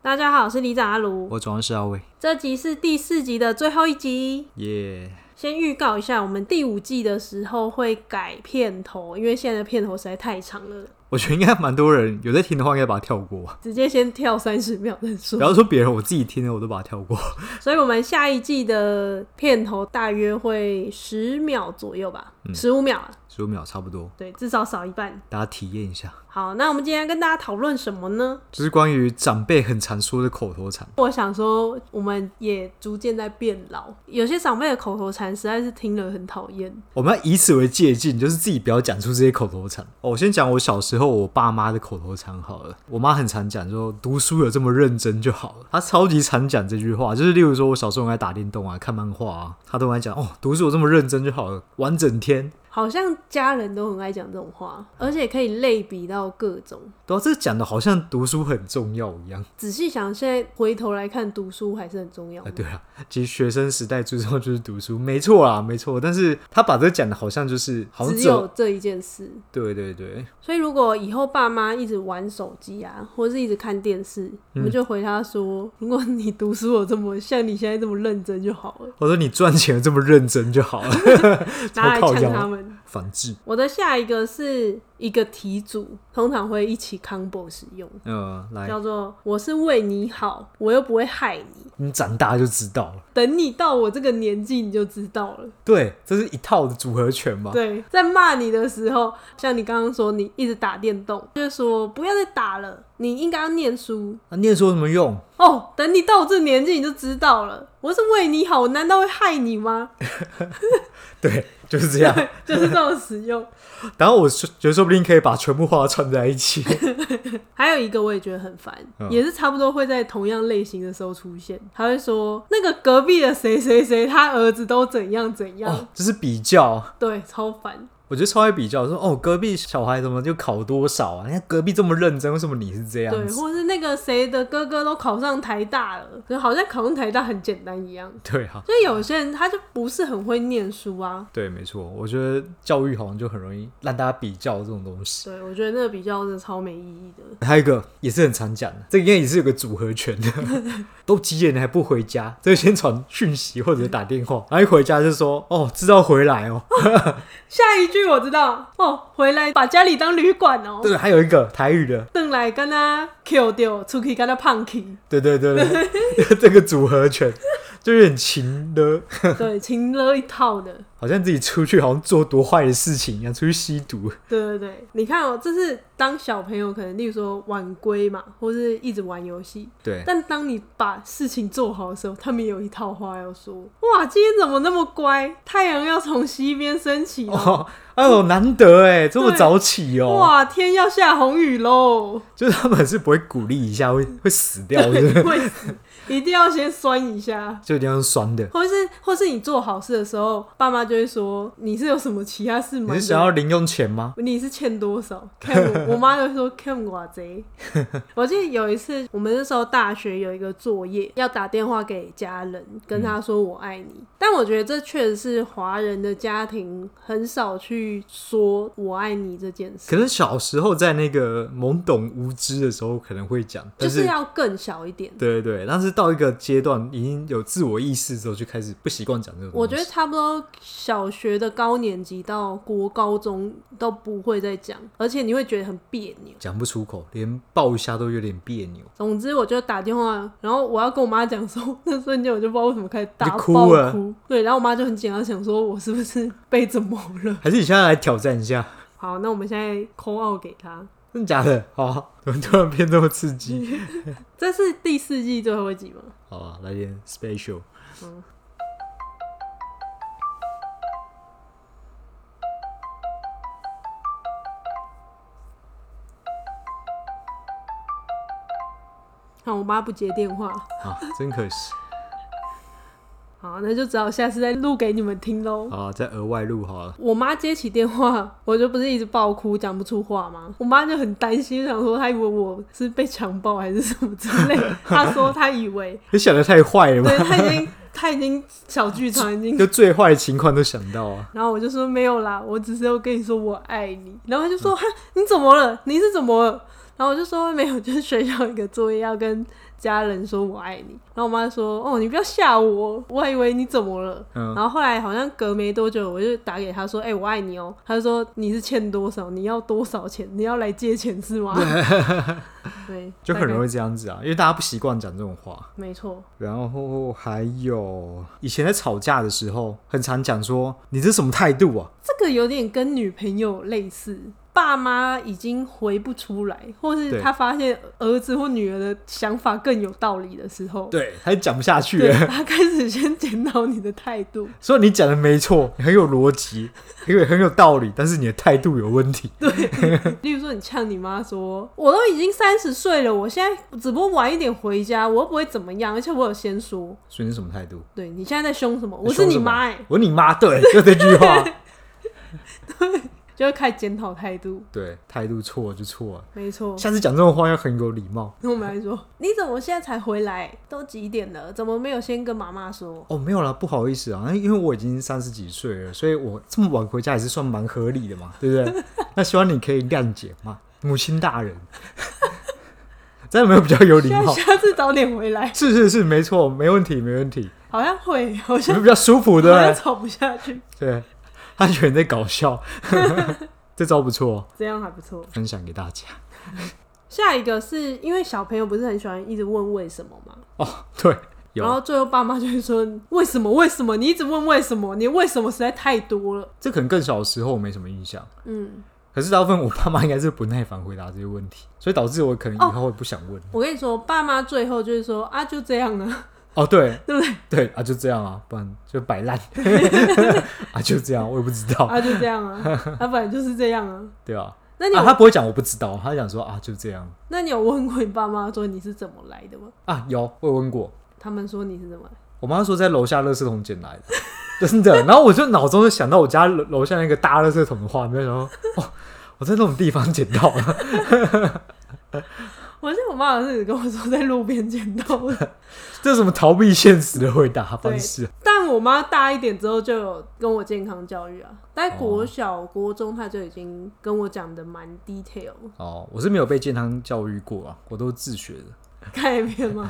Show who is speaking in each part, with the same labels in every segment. Speaker 1: 大家好，我是里长阿卢，
Speaker 2: 我主要是阿伟，
Speaker 1: 这集是第四集的最后一集。
Speaker 2: 耶、
Speaker 1: 先预告一下，我们第五季的时候会改片头，因为现在的片头实在太长了，
Speaker 2: 我觉得应该蛮多人有在听的话，应该把它跳过吧。
Speaker 1: 直接先跳三十秒再
Speaker 2: 不
Speaker 1: 说。
Speaker 2: 要说别人，我自己听的我都把它跳过。
Speaker 1: 所以我们下一季的片头大约会十秒左右吧，十五、秒啊，
Speaker 2: 十五秒差不多，
Speaker 1: 对，至少少一半。
Speaker 2: 大家体验一下，
Speaker 1: 好，那我们今天跟大家讨论什么呢？
Speaker 2: 就是关于长辈很常说的口头禅。
Speaker 1: 我想说，我们也逐渐在变老，有些长辈的口头禅实在是听了很讨厌。
Speaker 2: 我们要以此为借鉴，就是自己不要讲出这些口头禅。哦，我先讲我小时候我爸妈的口头禅好了。我妈很常讲说读书有这么认真就好了，她超级常讲这句话。就是例如说我小时候很爱打电动啊、看漫画啊，她都很爱讲哦，读书有这么认真就好了，玩整天。
Speaker 1: 好像家人都很爱讲这种话，而且可以类比到各种。
Speaker 2: 对啊，这讲的好像读书很重要一样。
Speaker 1: 仔细想，现在回头来看，读书还是很重要
Speaker 2: 啊，。对啊，其实学生时代最重要就是读书，没错啦，没错。但是他把这讲的好像就是好像
Speaker 1: 只
Speaker 2: 走
Speaker 1: 有这一件事，
Speaker 2: 对对对，
Speaker 1: 所以如果以后爸妈一直玩手机啊，或是一直看电视，
Speaker 2: 嗯
Speaker 1: 我们就回他说：如果你读书有这么像你现在这么认真就好了，
Speaker 2: 我说你赚钱这么认真 就好了， 超
Speaker 1: 拿来
Speaker 2: 靠
Speaker 1: 呛
Speaker 2: 腰
Speaker 1: 他们。
Speaker 2: 反制。
Speaker 1: 我的下一个是一个题组，通常会一起 combo 使用，
Speaker 2: 呃，来，
Speaker 1: 叫做“我是为你好，我又不会害你，
Speaker 2: 你长大就知道了。
Speaker 1: 等你到我这个年纪你就知道了”。
Speaker 2: 对，这是一套的组合拳嘛。
Speaker 1: 对，在骂你的时候，像你刚刚说你一直打电动，就是说不要再打了，你应该要念书。
Speaker 2: 那、啊念书有什么用？
Speaker 1: 哦，等你到我这年纪你就知道了，我是为你好，我难道会害你吗？
Speaker 2: 对，就是这样。
Speaker 1: 就是这种使用。
Speaker 2: 然后我说觉得说不定可以把全部话串在一起。
Speaker 1: 还有一个我也觉得很烦，
Speaker 2: 嗯
Speaker 1: 也是差不多会在同样类型的时候出现。他会说那个隔壁的谁谁谁，他儿子都怎样怎样，
Speaker 2: 哦，这是比较。
Speaker 1: 对，超烦。
Speaker 2: 我觉得超爱比较，说哦，隔壁小孩怎么就考多少啊？你看隔壁这么认真，为什么你是这样
Speaker 1: 对，
Speaker 2: 子？
Speaker 1: 或者是那个谁的哥哥都考上台大了，就好像考上台大很简单一样。
Speaker 2: 对啊，
Speaker 1: 所以有些人他就不是很会念书啊。
Speaker 2: 对，没错，我觉得教育好像就很容易让大家比较这种东西。
Speaker 1: 对，我觉得那个比较真的超没意义的。
Speaker 2: 还有一个也是很常讲的，这个应该也是有个组合拳的， 都几点了还不回家？这个先传讯息或者打电话，然后一回家就说哦，知道回来哦。
Speaker 1: 下一句我知道哦，回来把家里当旅馆哦。
Speaker 2: 对，还有一个台语的，
Speaker 1: 邓来跟他 Q 掉，出去跟他胖去，
Speaker 2: 对对对对， 这个组合拳就有点勤的，
Speaker 1: 对，情了一套的。
Speaker 2: 好像自己出去好像做多坏的事情一样，出去吸毒。
Speaker 1: 对对对，你看哦，这是当小朋友可能，例如说晚归嘛，或是一直玩游戏。
Speaker 2: 对，
Speaker 1: 但当你把事情做好的时候，他们有一套话要说：哇，今天怎么那么乖？太阳要从西边升起了，
Speaker 2: 哦，哎呦，难得哎，这么
Speaker 1: 对
Speaker 2: 早起哦。
Speaker 1: 哇，天要下红雨喽，
Speaker 2: 就是他们是不会鼓励一下会会死 掉，就是
Speaker 1: 会死，一定要先酸一下。
Speaker 2: 就一定要用酸的。
Speaker 1: 或是或是你做好事的时候，爸妈就会说你是有什么其他事
Speaker 2: 你
Speaker 1: 吗？
Speaker 2: 是想要零用钱吗？
Speaker 1: 你是欠多少？看我，我妈就说欠我贼。我记得有一次，我们那时候大学有一个作业，要打电话给家人，跟
Speaker 2: 嗯
Speaker 1: 他说我爱你。但我觉得这确实是华人的家庭很少去说我爱你这件事，
Speaker 2: 可能小时候在那个懵懂无知的时候可能会讲，
Speaker 1: 就
Speaker 2: 但是
Speaker 1: 是要更小一点。
Speaker 2: 对对对，但是到一个阶段已经有自我意识之后，就开始不习惯讲这种。
Speaker 1: 我觉得差不多小学的高年级到国高中都不会再讲，而且你会觉得很别扭。
Speaker 2: 讲不出口，连抱一下都有点别扭，
Speaker 1: 总之，我就打电话，然后我要跟我妈讲说， 那瞬间我就不知道为什么开始大
Speaker 2: 你就哭
Speaker 1: 爆
Speaker 2: 了
Speaker 1: 哭。对，然后我妈就很紧张，想说我是不是被怎么了？
Speaker 2: 还是你现在来挑战一下？
Speaker 1: 好，那我们现在扣二给她。
Speaker 2: 真的假的？好啊，怎么突然变这么刺 激？
Speaker 1: 这是第四季最后一集吗？
Speaker 2: 好啊，来点 special。
Speaker 1: 啊，看我妈不接电话，
Speaker 2: 啊，真可惜
Speaker 1: 好，那就只好下次再录给你们听喽。
Speaker 2: 啊，再额外录好了。
Speaker 1: 我妈接起电话， 我就不是一直爆哭，讲不出话吗？我妈就很担心，想说她以为我是被强暴还是什么之类。她说她以为，
Speaker 2: 你想的太坏了吧？
Speaker 1: 对她已经她已经小剧场已经
Speaker 2: 就最坏的情况都想到啊，
Speaker 1: 然后我就说没有啦，我只是要跟你说我爱你。然后他就说哈，你怎么了？你是怎么了？然后我就说没有， 就是学校有一个作业要跟家人说我爱你。然后我妈说哦，你不要吓我，我还以为你怎么了。
Speaker 2: 嗯
Speaker 1: 然后后来好像隔没多久，我就打给他说，哎、我爱你哦。他就说你是欠多少？你要多少钱？你要来借钱是 吗？对，
Speaker 2: 就很容
Speaker 1: 易，
Speaker 2: 易这样子啊，因为大家不习惯讲这种话。
Speaker 1: 没错，
Speaker 2: 然后还有以前在吵架的时候，很常讲说你这什么态度啊？
Speaker 1: 这个有点跟女朋友类似，爸妈已经回不出来，或是
Speaker 2: 对
Speaker 1: 他发现儿子或女儿的想法更有道理的时候，
Speaker 2: 对，他就讲不下去
Speaker 1: 对，
Speaker 2: 了。
Speaker 1: 他开始先检讨你的态度，
Speaker 2: 所以你讲的没错，很有逻辑，很有很有道理，但是你的态度有问题。
Speaker 1: 例如说你呛你妈说：“我都已经三十岁了，我现在只不过晚一点回家，我又不会怎么样，而且我有先说，
Speaker 2: 所以你是什么态度？
Speaker 1: 对你现在在凶什么？
Speaker 2: 你
Speaker 1: 我
Speaker 2: 凶
Speaker 1: 是你
Speaker 2: 什么
Speaker 1: 妈哎、欸
Speaker 2: 我你妈，对，就这句话，
Speaker 1: 就会开始检讨态度，
Speaker 2: 对，态度错就错了。
Speaker 1: 没错。”
Speaker 2: 下次讲这种话要很有礼貌。
Speaker 1: 那我们来说，你怎么现在才回来？都几点了？怎么没有先跟妈妈说？
Speaker 2: 哦，没有啦，不好意思啊，那因为我已经三十几岁了，所以我这么晚回家也是算蛮合理的嘛，对不对？那希望你可以谅解嘛，母亲大人， 这样有没有比较有礼
Speaker 1: 下
Speaker 2: 貌？
Speaker 1: 下次早点回来，
Speaker 2: 是是是，没错，没问题，没问题，
Speaker 1: 好像会，好
Speaker 2: 你
Speaker 1: 像
Speaker 2: 们比较舒服，对
Speaker 1: 好
Speaker 2: 不
Speaker 1: 像 吵
Speaker 2: 对？
Speaker 1: 不下去，
Speaker 2: 对，他觉得你在搞笑， 这招不错，哦
Speaker 1: 这样还不错。
Speaker 2: 分享给大家。
Speaker 1: 下一个是因为小朋友不是很喜欢一直问为什么嘛，
Speaker 2: 哦，对，有
Speaker 1: 然后最后爸妈就会说为什么为什么你一直问为什么，你为什么实在太多了。
Speaker 2: 这可能更小的时候我没什么印象，
Speaker 1: 嗯，
Speaker 2: 可是大部分我爸妈应该是不耐烦回答这些问题，所以导致我可能以后会不想问。
Speaker 1: 我跟你说，爸妈最后就是说啊就这样啊，
Speaker 2: 哦，对
Speaker 1: 对不对？
Speaker 2: 对啊，就这样啊，不然就摆 烂啊，就这样，我也不知道，
Speaker 1: 啊就这样 啊，啊本来就是这样啊。
Speaker 2: 对啊，
Speaker 1: 那你有、
Speaker 2: 啊，他不会讲我不知道，他讲说啊，就这样
Speaker 1: 那你有问过你爸妈说你是怎么来的吗？
Speaker 2: 啊，有我有问过，
Speaker 1: 他们说你是怎么来？
Speaker 2: 我妈说在楼下垃圾桶捡来的，真的。 然后我就脑中就想到我家楼楼下那个大垃圾桶的画面，然后哦，我在那种地方捡到了，
Speaker 1: 我记得我妈好像是跟我说在路边捡到的。
Speaker 2: 这是什么逃避现实的回答方式？
Speaker 1: 但我妈大一点之后就有跟我健康教育啊，在国小、国中，她就已经跟我讲的蛮 detail，
Speaker 2: 哦，我是没有被健康教育过啊，我都自学的，
Speaker 1: 看 A 片吗？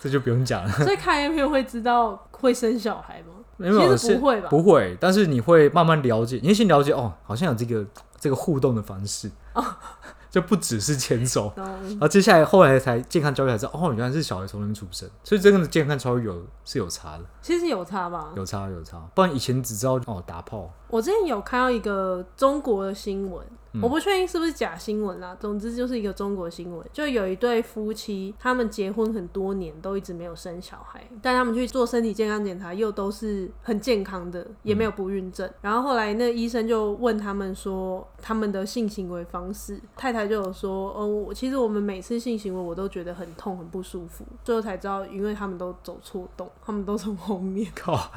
Speaker 2: 这就不用讲了。
Speaker 1: 所以看 A 片会知道会生小孩吗？
Speaker 2: 没有，
Speaker 1: 其实
Speaker 2: 是
Speaker 1: 不会吧？
Speaker 2: 不会，但是你会慢慢了解，你会先了解哦，好像有这个这个互动的方式，
Speaker 1: 哦
Speaker 2: 就不只是牵手。
Speaker 1: 懂
Speaker 2: 然后接下来后来才健康教育才知道，哦，原来是小孩从那边出生，所以这个健康教育有是有差的。
Speaker 1: 其实有差吧。
Speaker 2: 有差有差，不然以前只知道哦打炮，
Speaker 1: 我之前有看到一个中国的新闻，
Speaker 2: 嗯
Speaker 1: 我不确定是不是假新闻啦，总之就是一个中国新闻，就有一对夫妻，他们结婚很多年都一直没有生小孩，但他们去做身体健康检查，又都是很健康的，也没有不孕症。然后后来那医生就问他们说他们的性行为方式，太太就有说，哦，我其实我们每次性行为我都觉得很痛很不舒服，最后才知道，因为他们都走错洞，他们都从后面。
Speaker 2: 靠，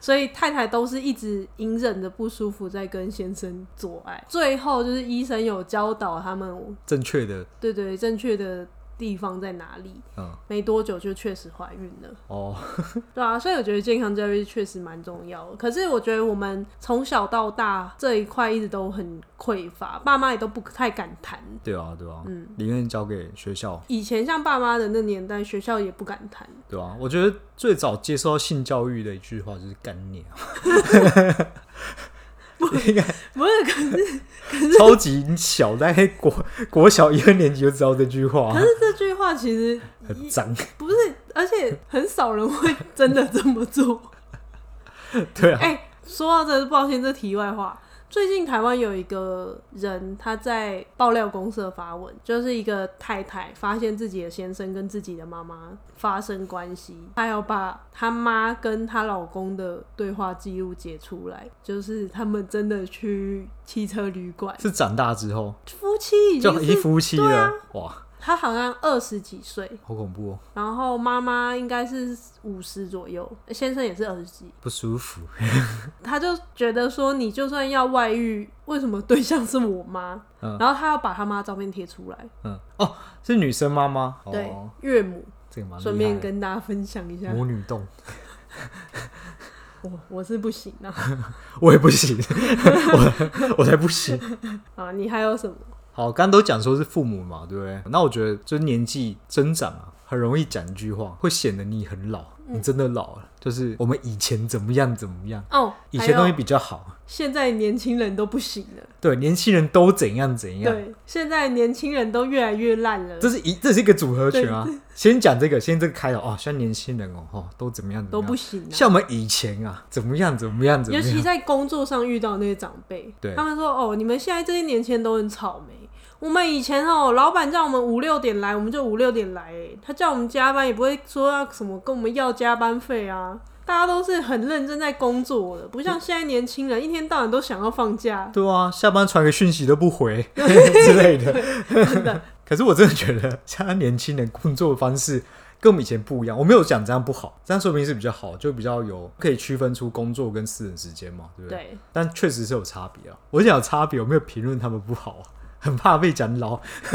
Speaker 1: 所以太太都是一直隐忍着不舒服在跟先生做爱。最后就是医生有教导他们，哦
Speaker 2: 正确的，
Speaker 1: 对对，正确的地方在哪里。
Speaker 2: 嗯，
Speaker 1: 没多久就确实怀孕了，
Speaker 2: 哦，
Speaker 1: 对啊，所以我觉得健康教育确实蛮重要的。可是我觉得我们从小到大这一块一直都很匮乏，爸妈也都不太敢谈。
Speaker 2: 对啊，对啊，
Speaker 1: 嗯，
Speaker 2: 理论交给学校，
Speaker 1: 以前像爸妈的那年代，学校也不敢谈，
Speaker 2: 对啊，我觉得最早接受到性教育的一句话就是干你啊，应该
Speaker 1: 不是？可是
Speaker 2: 超级小，大概国国小一二年级就知道这句话
Speaker 1: 可，是这句话其实
Speaker 2: 很脏，
Speaker 1: 不是，而且很少人会真的这么做。
Speaker 2: 对啊，
Speaker 1: 哎、说到这，抱歉，这题外话。最近台湾有一个人，他在爆料公社发文，就是一个太太发现自己的先生跟自己的妈妈发生关系，她要把她妈跟她老公的对话记录解出来，就是他们真的去汽车旅馆，
Speaker 2: 是长大之后
Speaker 1: 夫妻已
Speaker 2: 就
Speaker 1: 经
Speaker 2: 已经
Speaker 1: 是啊
Speaker 2: 夫妻了，哇，
Speaker 1: 他好像二十几岁，
Speaker 2: 好恐怖哦，
Speaker 1: 然后妈妈应该是五十左右，先生也是二十几，
Speaker 2: 不舒服。
Speaker 1: 他就觉得说，你就算要外遇，为什么对象是我妈？
Speaker 2: 嗯
Speaker 1: 然后他要把他妈照片贴出来，
Speaker 2: 嗯，哦，是女生妈妈，
Speaker 1: 对
Speaker 2: 哦，啊
Speaker 1: 岳母，
Speaker 2: 这个蛮厉害的
Speaker 1: 顺便跟大家分享一下，
Speaker 2: 母女洞，
Speaker 1: 我我是不行啊。
Speaker 2: 我也不行， 我我才不行。
Speaker 1: 啊，你还有什么？
Speaker 2: 好，刚刚都讲说是父母嘛，对不对？那我觉得就是年纪增长啊，很容易讲一句话，会显得你很老，
Speaker 1: 嗯
Speaker 2: 你真的老了。就是我们以前怎么样怎么样，
Speaker 1: 哦，
Speaker 2: 以
Speaker 1: 还
Speaker 2: 前
Speaker 1: 有
Speaker 2: 东西比较好，
Speaker 1: 现在年轻人都不行了，
Speaker 2: 对，年轻人都怎样怎样，
Speaker 1: 对，现在年轻人都越来越烂了，
Speaker 2: 这是一这是一个组合拳啊。先讲这个，先这个开头哦，像年轻人哦，哦都怎么样怎么
Speaker 1: 都
Speaker 2: 样，
Speaker 1: 不行了。
Speaker 2: 像我们以前啊，怎么样怎么样怎么
Speaker 1: 尤其
Speaker 2: 样，
Speaker 1: 在工作上遇到那些长辈，
Speaker 2: 对
Speaker 1: 他们说：“哦，你们现在这些年轻人都很草莓。我们以前哦，老板叫我们五六点来，我们就五六点来。哎，他叫我们加班，也不会说要什么跟我们要加班费啊。大家都是很认真在工作的，不像现在年轻人一天到晚都想要放假。
Speaker 2: 对啊，下班传个讯息都 不回之类的。
Speaker 1: 真的，
Speaker 2: 可是我真的觉得，现在年轻人工作方式跟我们以前不一样。我没有讲这样不好，这样说明是比较好，就比较有可以区分出工作跟私人时间嘛，对不对？
Speaker 1: 对，
Speaker 2: 但确实是有差别啊。我讲有差别，我没有评论他们不好啊。 很怕被讲老，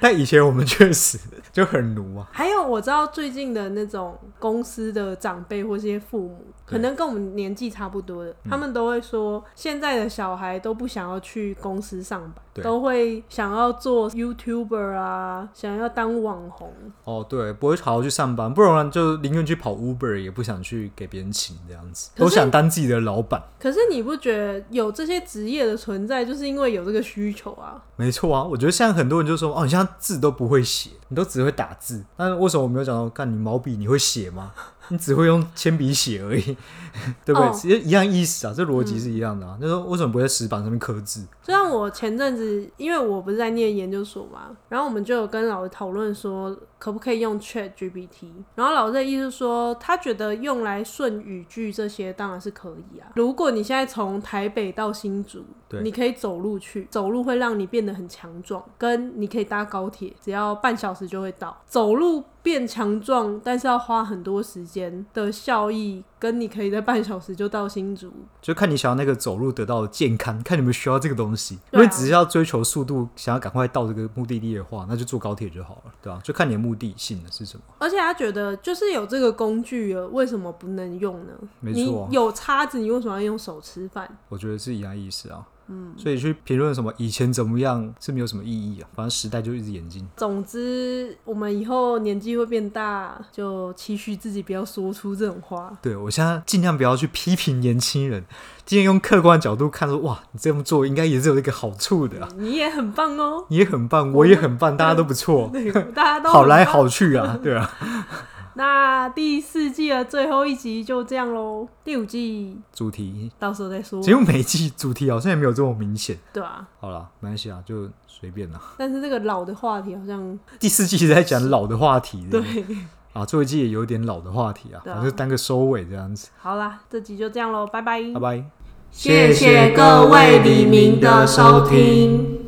Speaker 2: 但以前我们确实就很奴啊。
Speaker 1: 还有我知道最近的那种公司的长辈或是一些父母，
Speaker 2: 对
Speaker 1: 可能跟我们年纪差不多的，他们都会说，现在的小孩都不想要去公司上
Speaker 2: 对
Speaker 1: 班，都会想要做 YouTuber 啊，想要当网红。
Speaker 2: 哦，对，不会好好去上班，不然就宁愿去跑 Uber，也不想去给别人请这样子，
Speaker 1: 可
Speaker 2: 都
Speaker 1: 是
Speaker 2: 想当自己的老板。
Speaker 1: 可是你不觉得有这些职业的存在，就是因为有这个需求啊？
Speaker 2: 没错啊，我觉得现在很多人就说，哦，你现在字都不会写，你都只会打字。但为什么我没有讲到，干你毛笔你会写吗？ 你只会用铅笔写而已， 对不对？
Speaker 1: 哦嗯
Speaker 2: 其实一样意思啊，这逻辑是一样的啊。就说为什么不会在石板上面刻字？
Speaker 1: 就像我前阵子，因为我不是在念研究所嘛，然后我们就有跟老师讨论说，可不可以用 Chat GPT。然后老师的意思是说，他觉得用来顺语句这些当然是可以啊。如果你现在从台北到新竹
Speaker 2: 对，
Speaker 1: 你可以走路去，走路会让你变得很强壮，跟你可以搭高铁，只要半小时就会到。走路变强壮，但是要花很多时间的效益，跟你可以在半小时就到新竹，
Speaker 2: 就看你想要那个走路得到的健康，看你们需要这个东西。如
Speaker 1: 对啊
Speaker 2: 果你只是要追求速度，想要赶快到这个目的地的话，那就坐高铁就好了，对吧、就看你的目的性是什么。
Speaker 1: 而且他觉得，就是有这个工具了，为什么不能用呢？
Speaker 2: 没错啊
Speaker 1: 你有叉子，你为什么要用手吃饭？
Speaker 2: 我觉得是一样意思啊。嗯，所以去评论什么以前怎么样是没有什么意义啊，反正时代就一直演进。
Speaker 1: 总之，我们以后年纪会变大，就期许自己不要说出这种话。
Speaker 2: 对我现在尽量不要去批评年轻人，今天用客观的角度看说，哇，你这么做应该也是有一个好处的啊，，
Speaker 1: 你也很棒哦
Speaker 2: 你也很棒，我也很棒，大家都不错，
Speaker 1: 对，大家都很
Speaker 2: 好来
Speaker 1: 棒。
Speaker 2: 好去啊，对啊，
Speaker 1: 那第四季的最后一集就这样喽，第五季
Speaker 2: 主题。
Speaker 1: 到时候再说，
Speaker 2: 结果每一季主题好像也没有这么明显。
Speaker 1: 对啊。
Speaker 2: 好啦，没关系啊，就随便啦。
Speaker 1: 但是这个老的话题好像
Speaker 2: 第四季在讲老的话题，
Speaker 1: 对，
Speaker 2: 啊，最后一季也有点老的话题啊，
Speaker 1: 对
Speaker 2: 反
Speaker 1: 啊
Speaker 2: 正就当个收尾这样子。
Speaker 1: 好啦，这集就这样喽，拜拜
Speaker 2: 拜拜。
Speaker 1: 谢谢各位黎明的收听。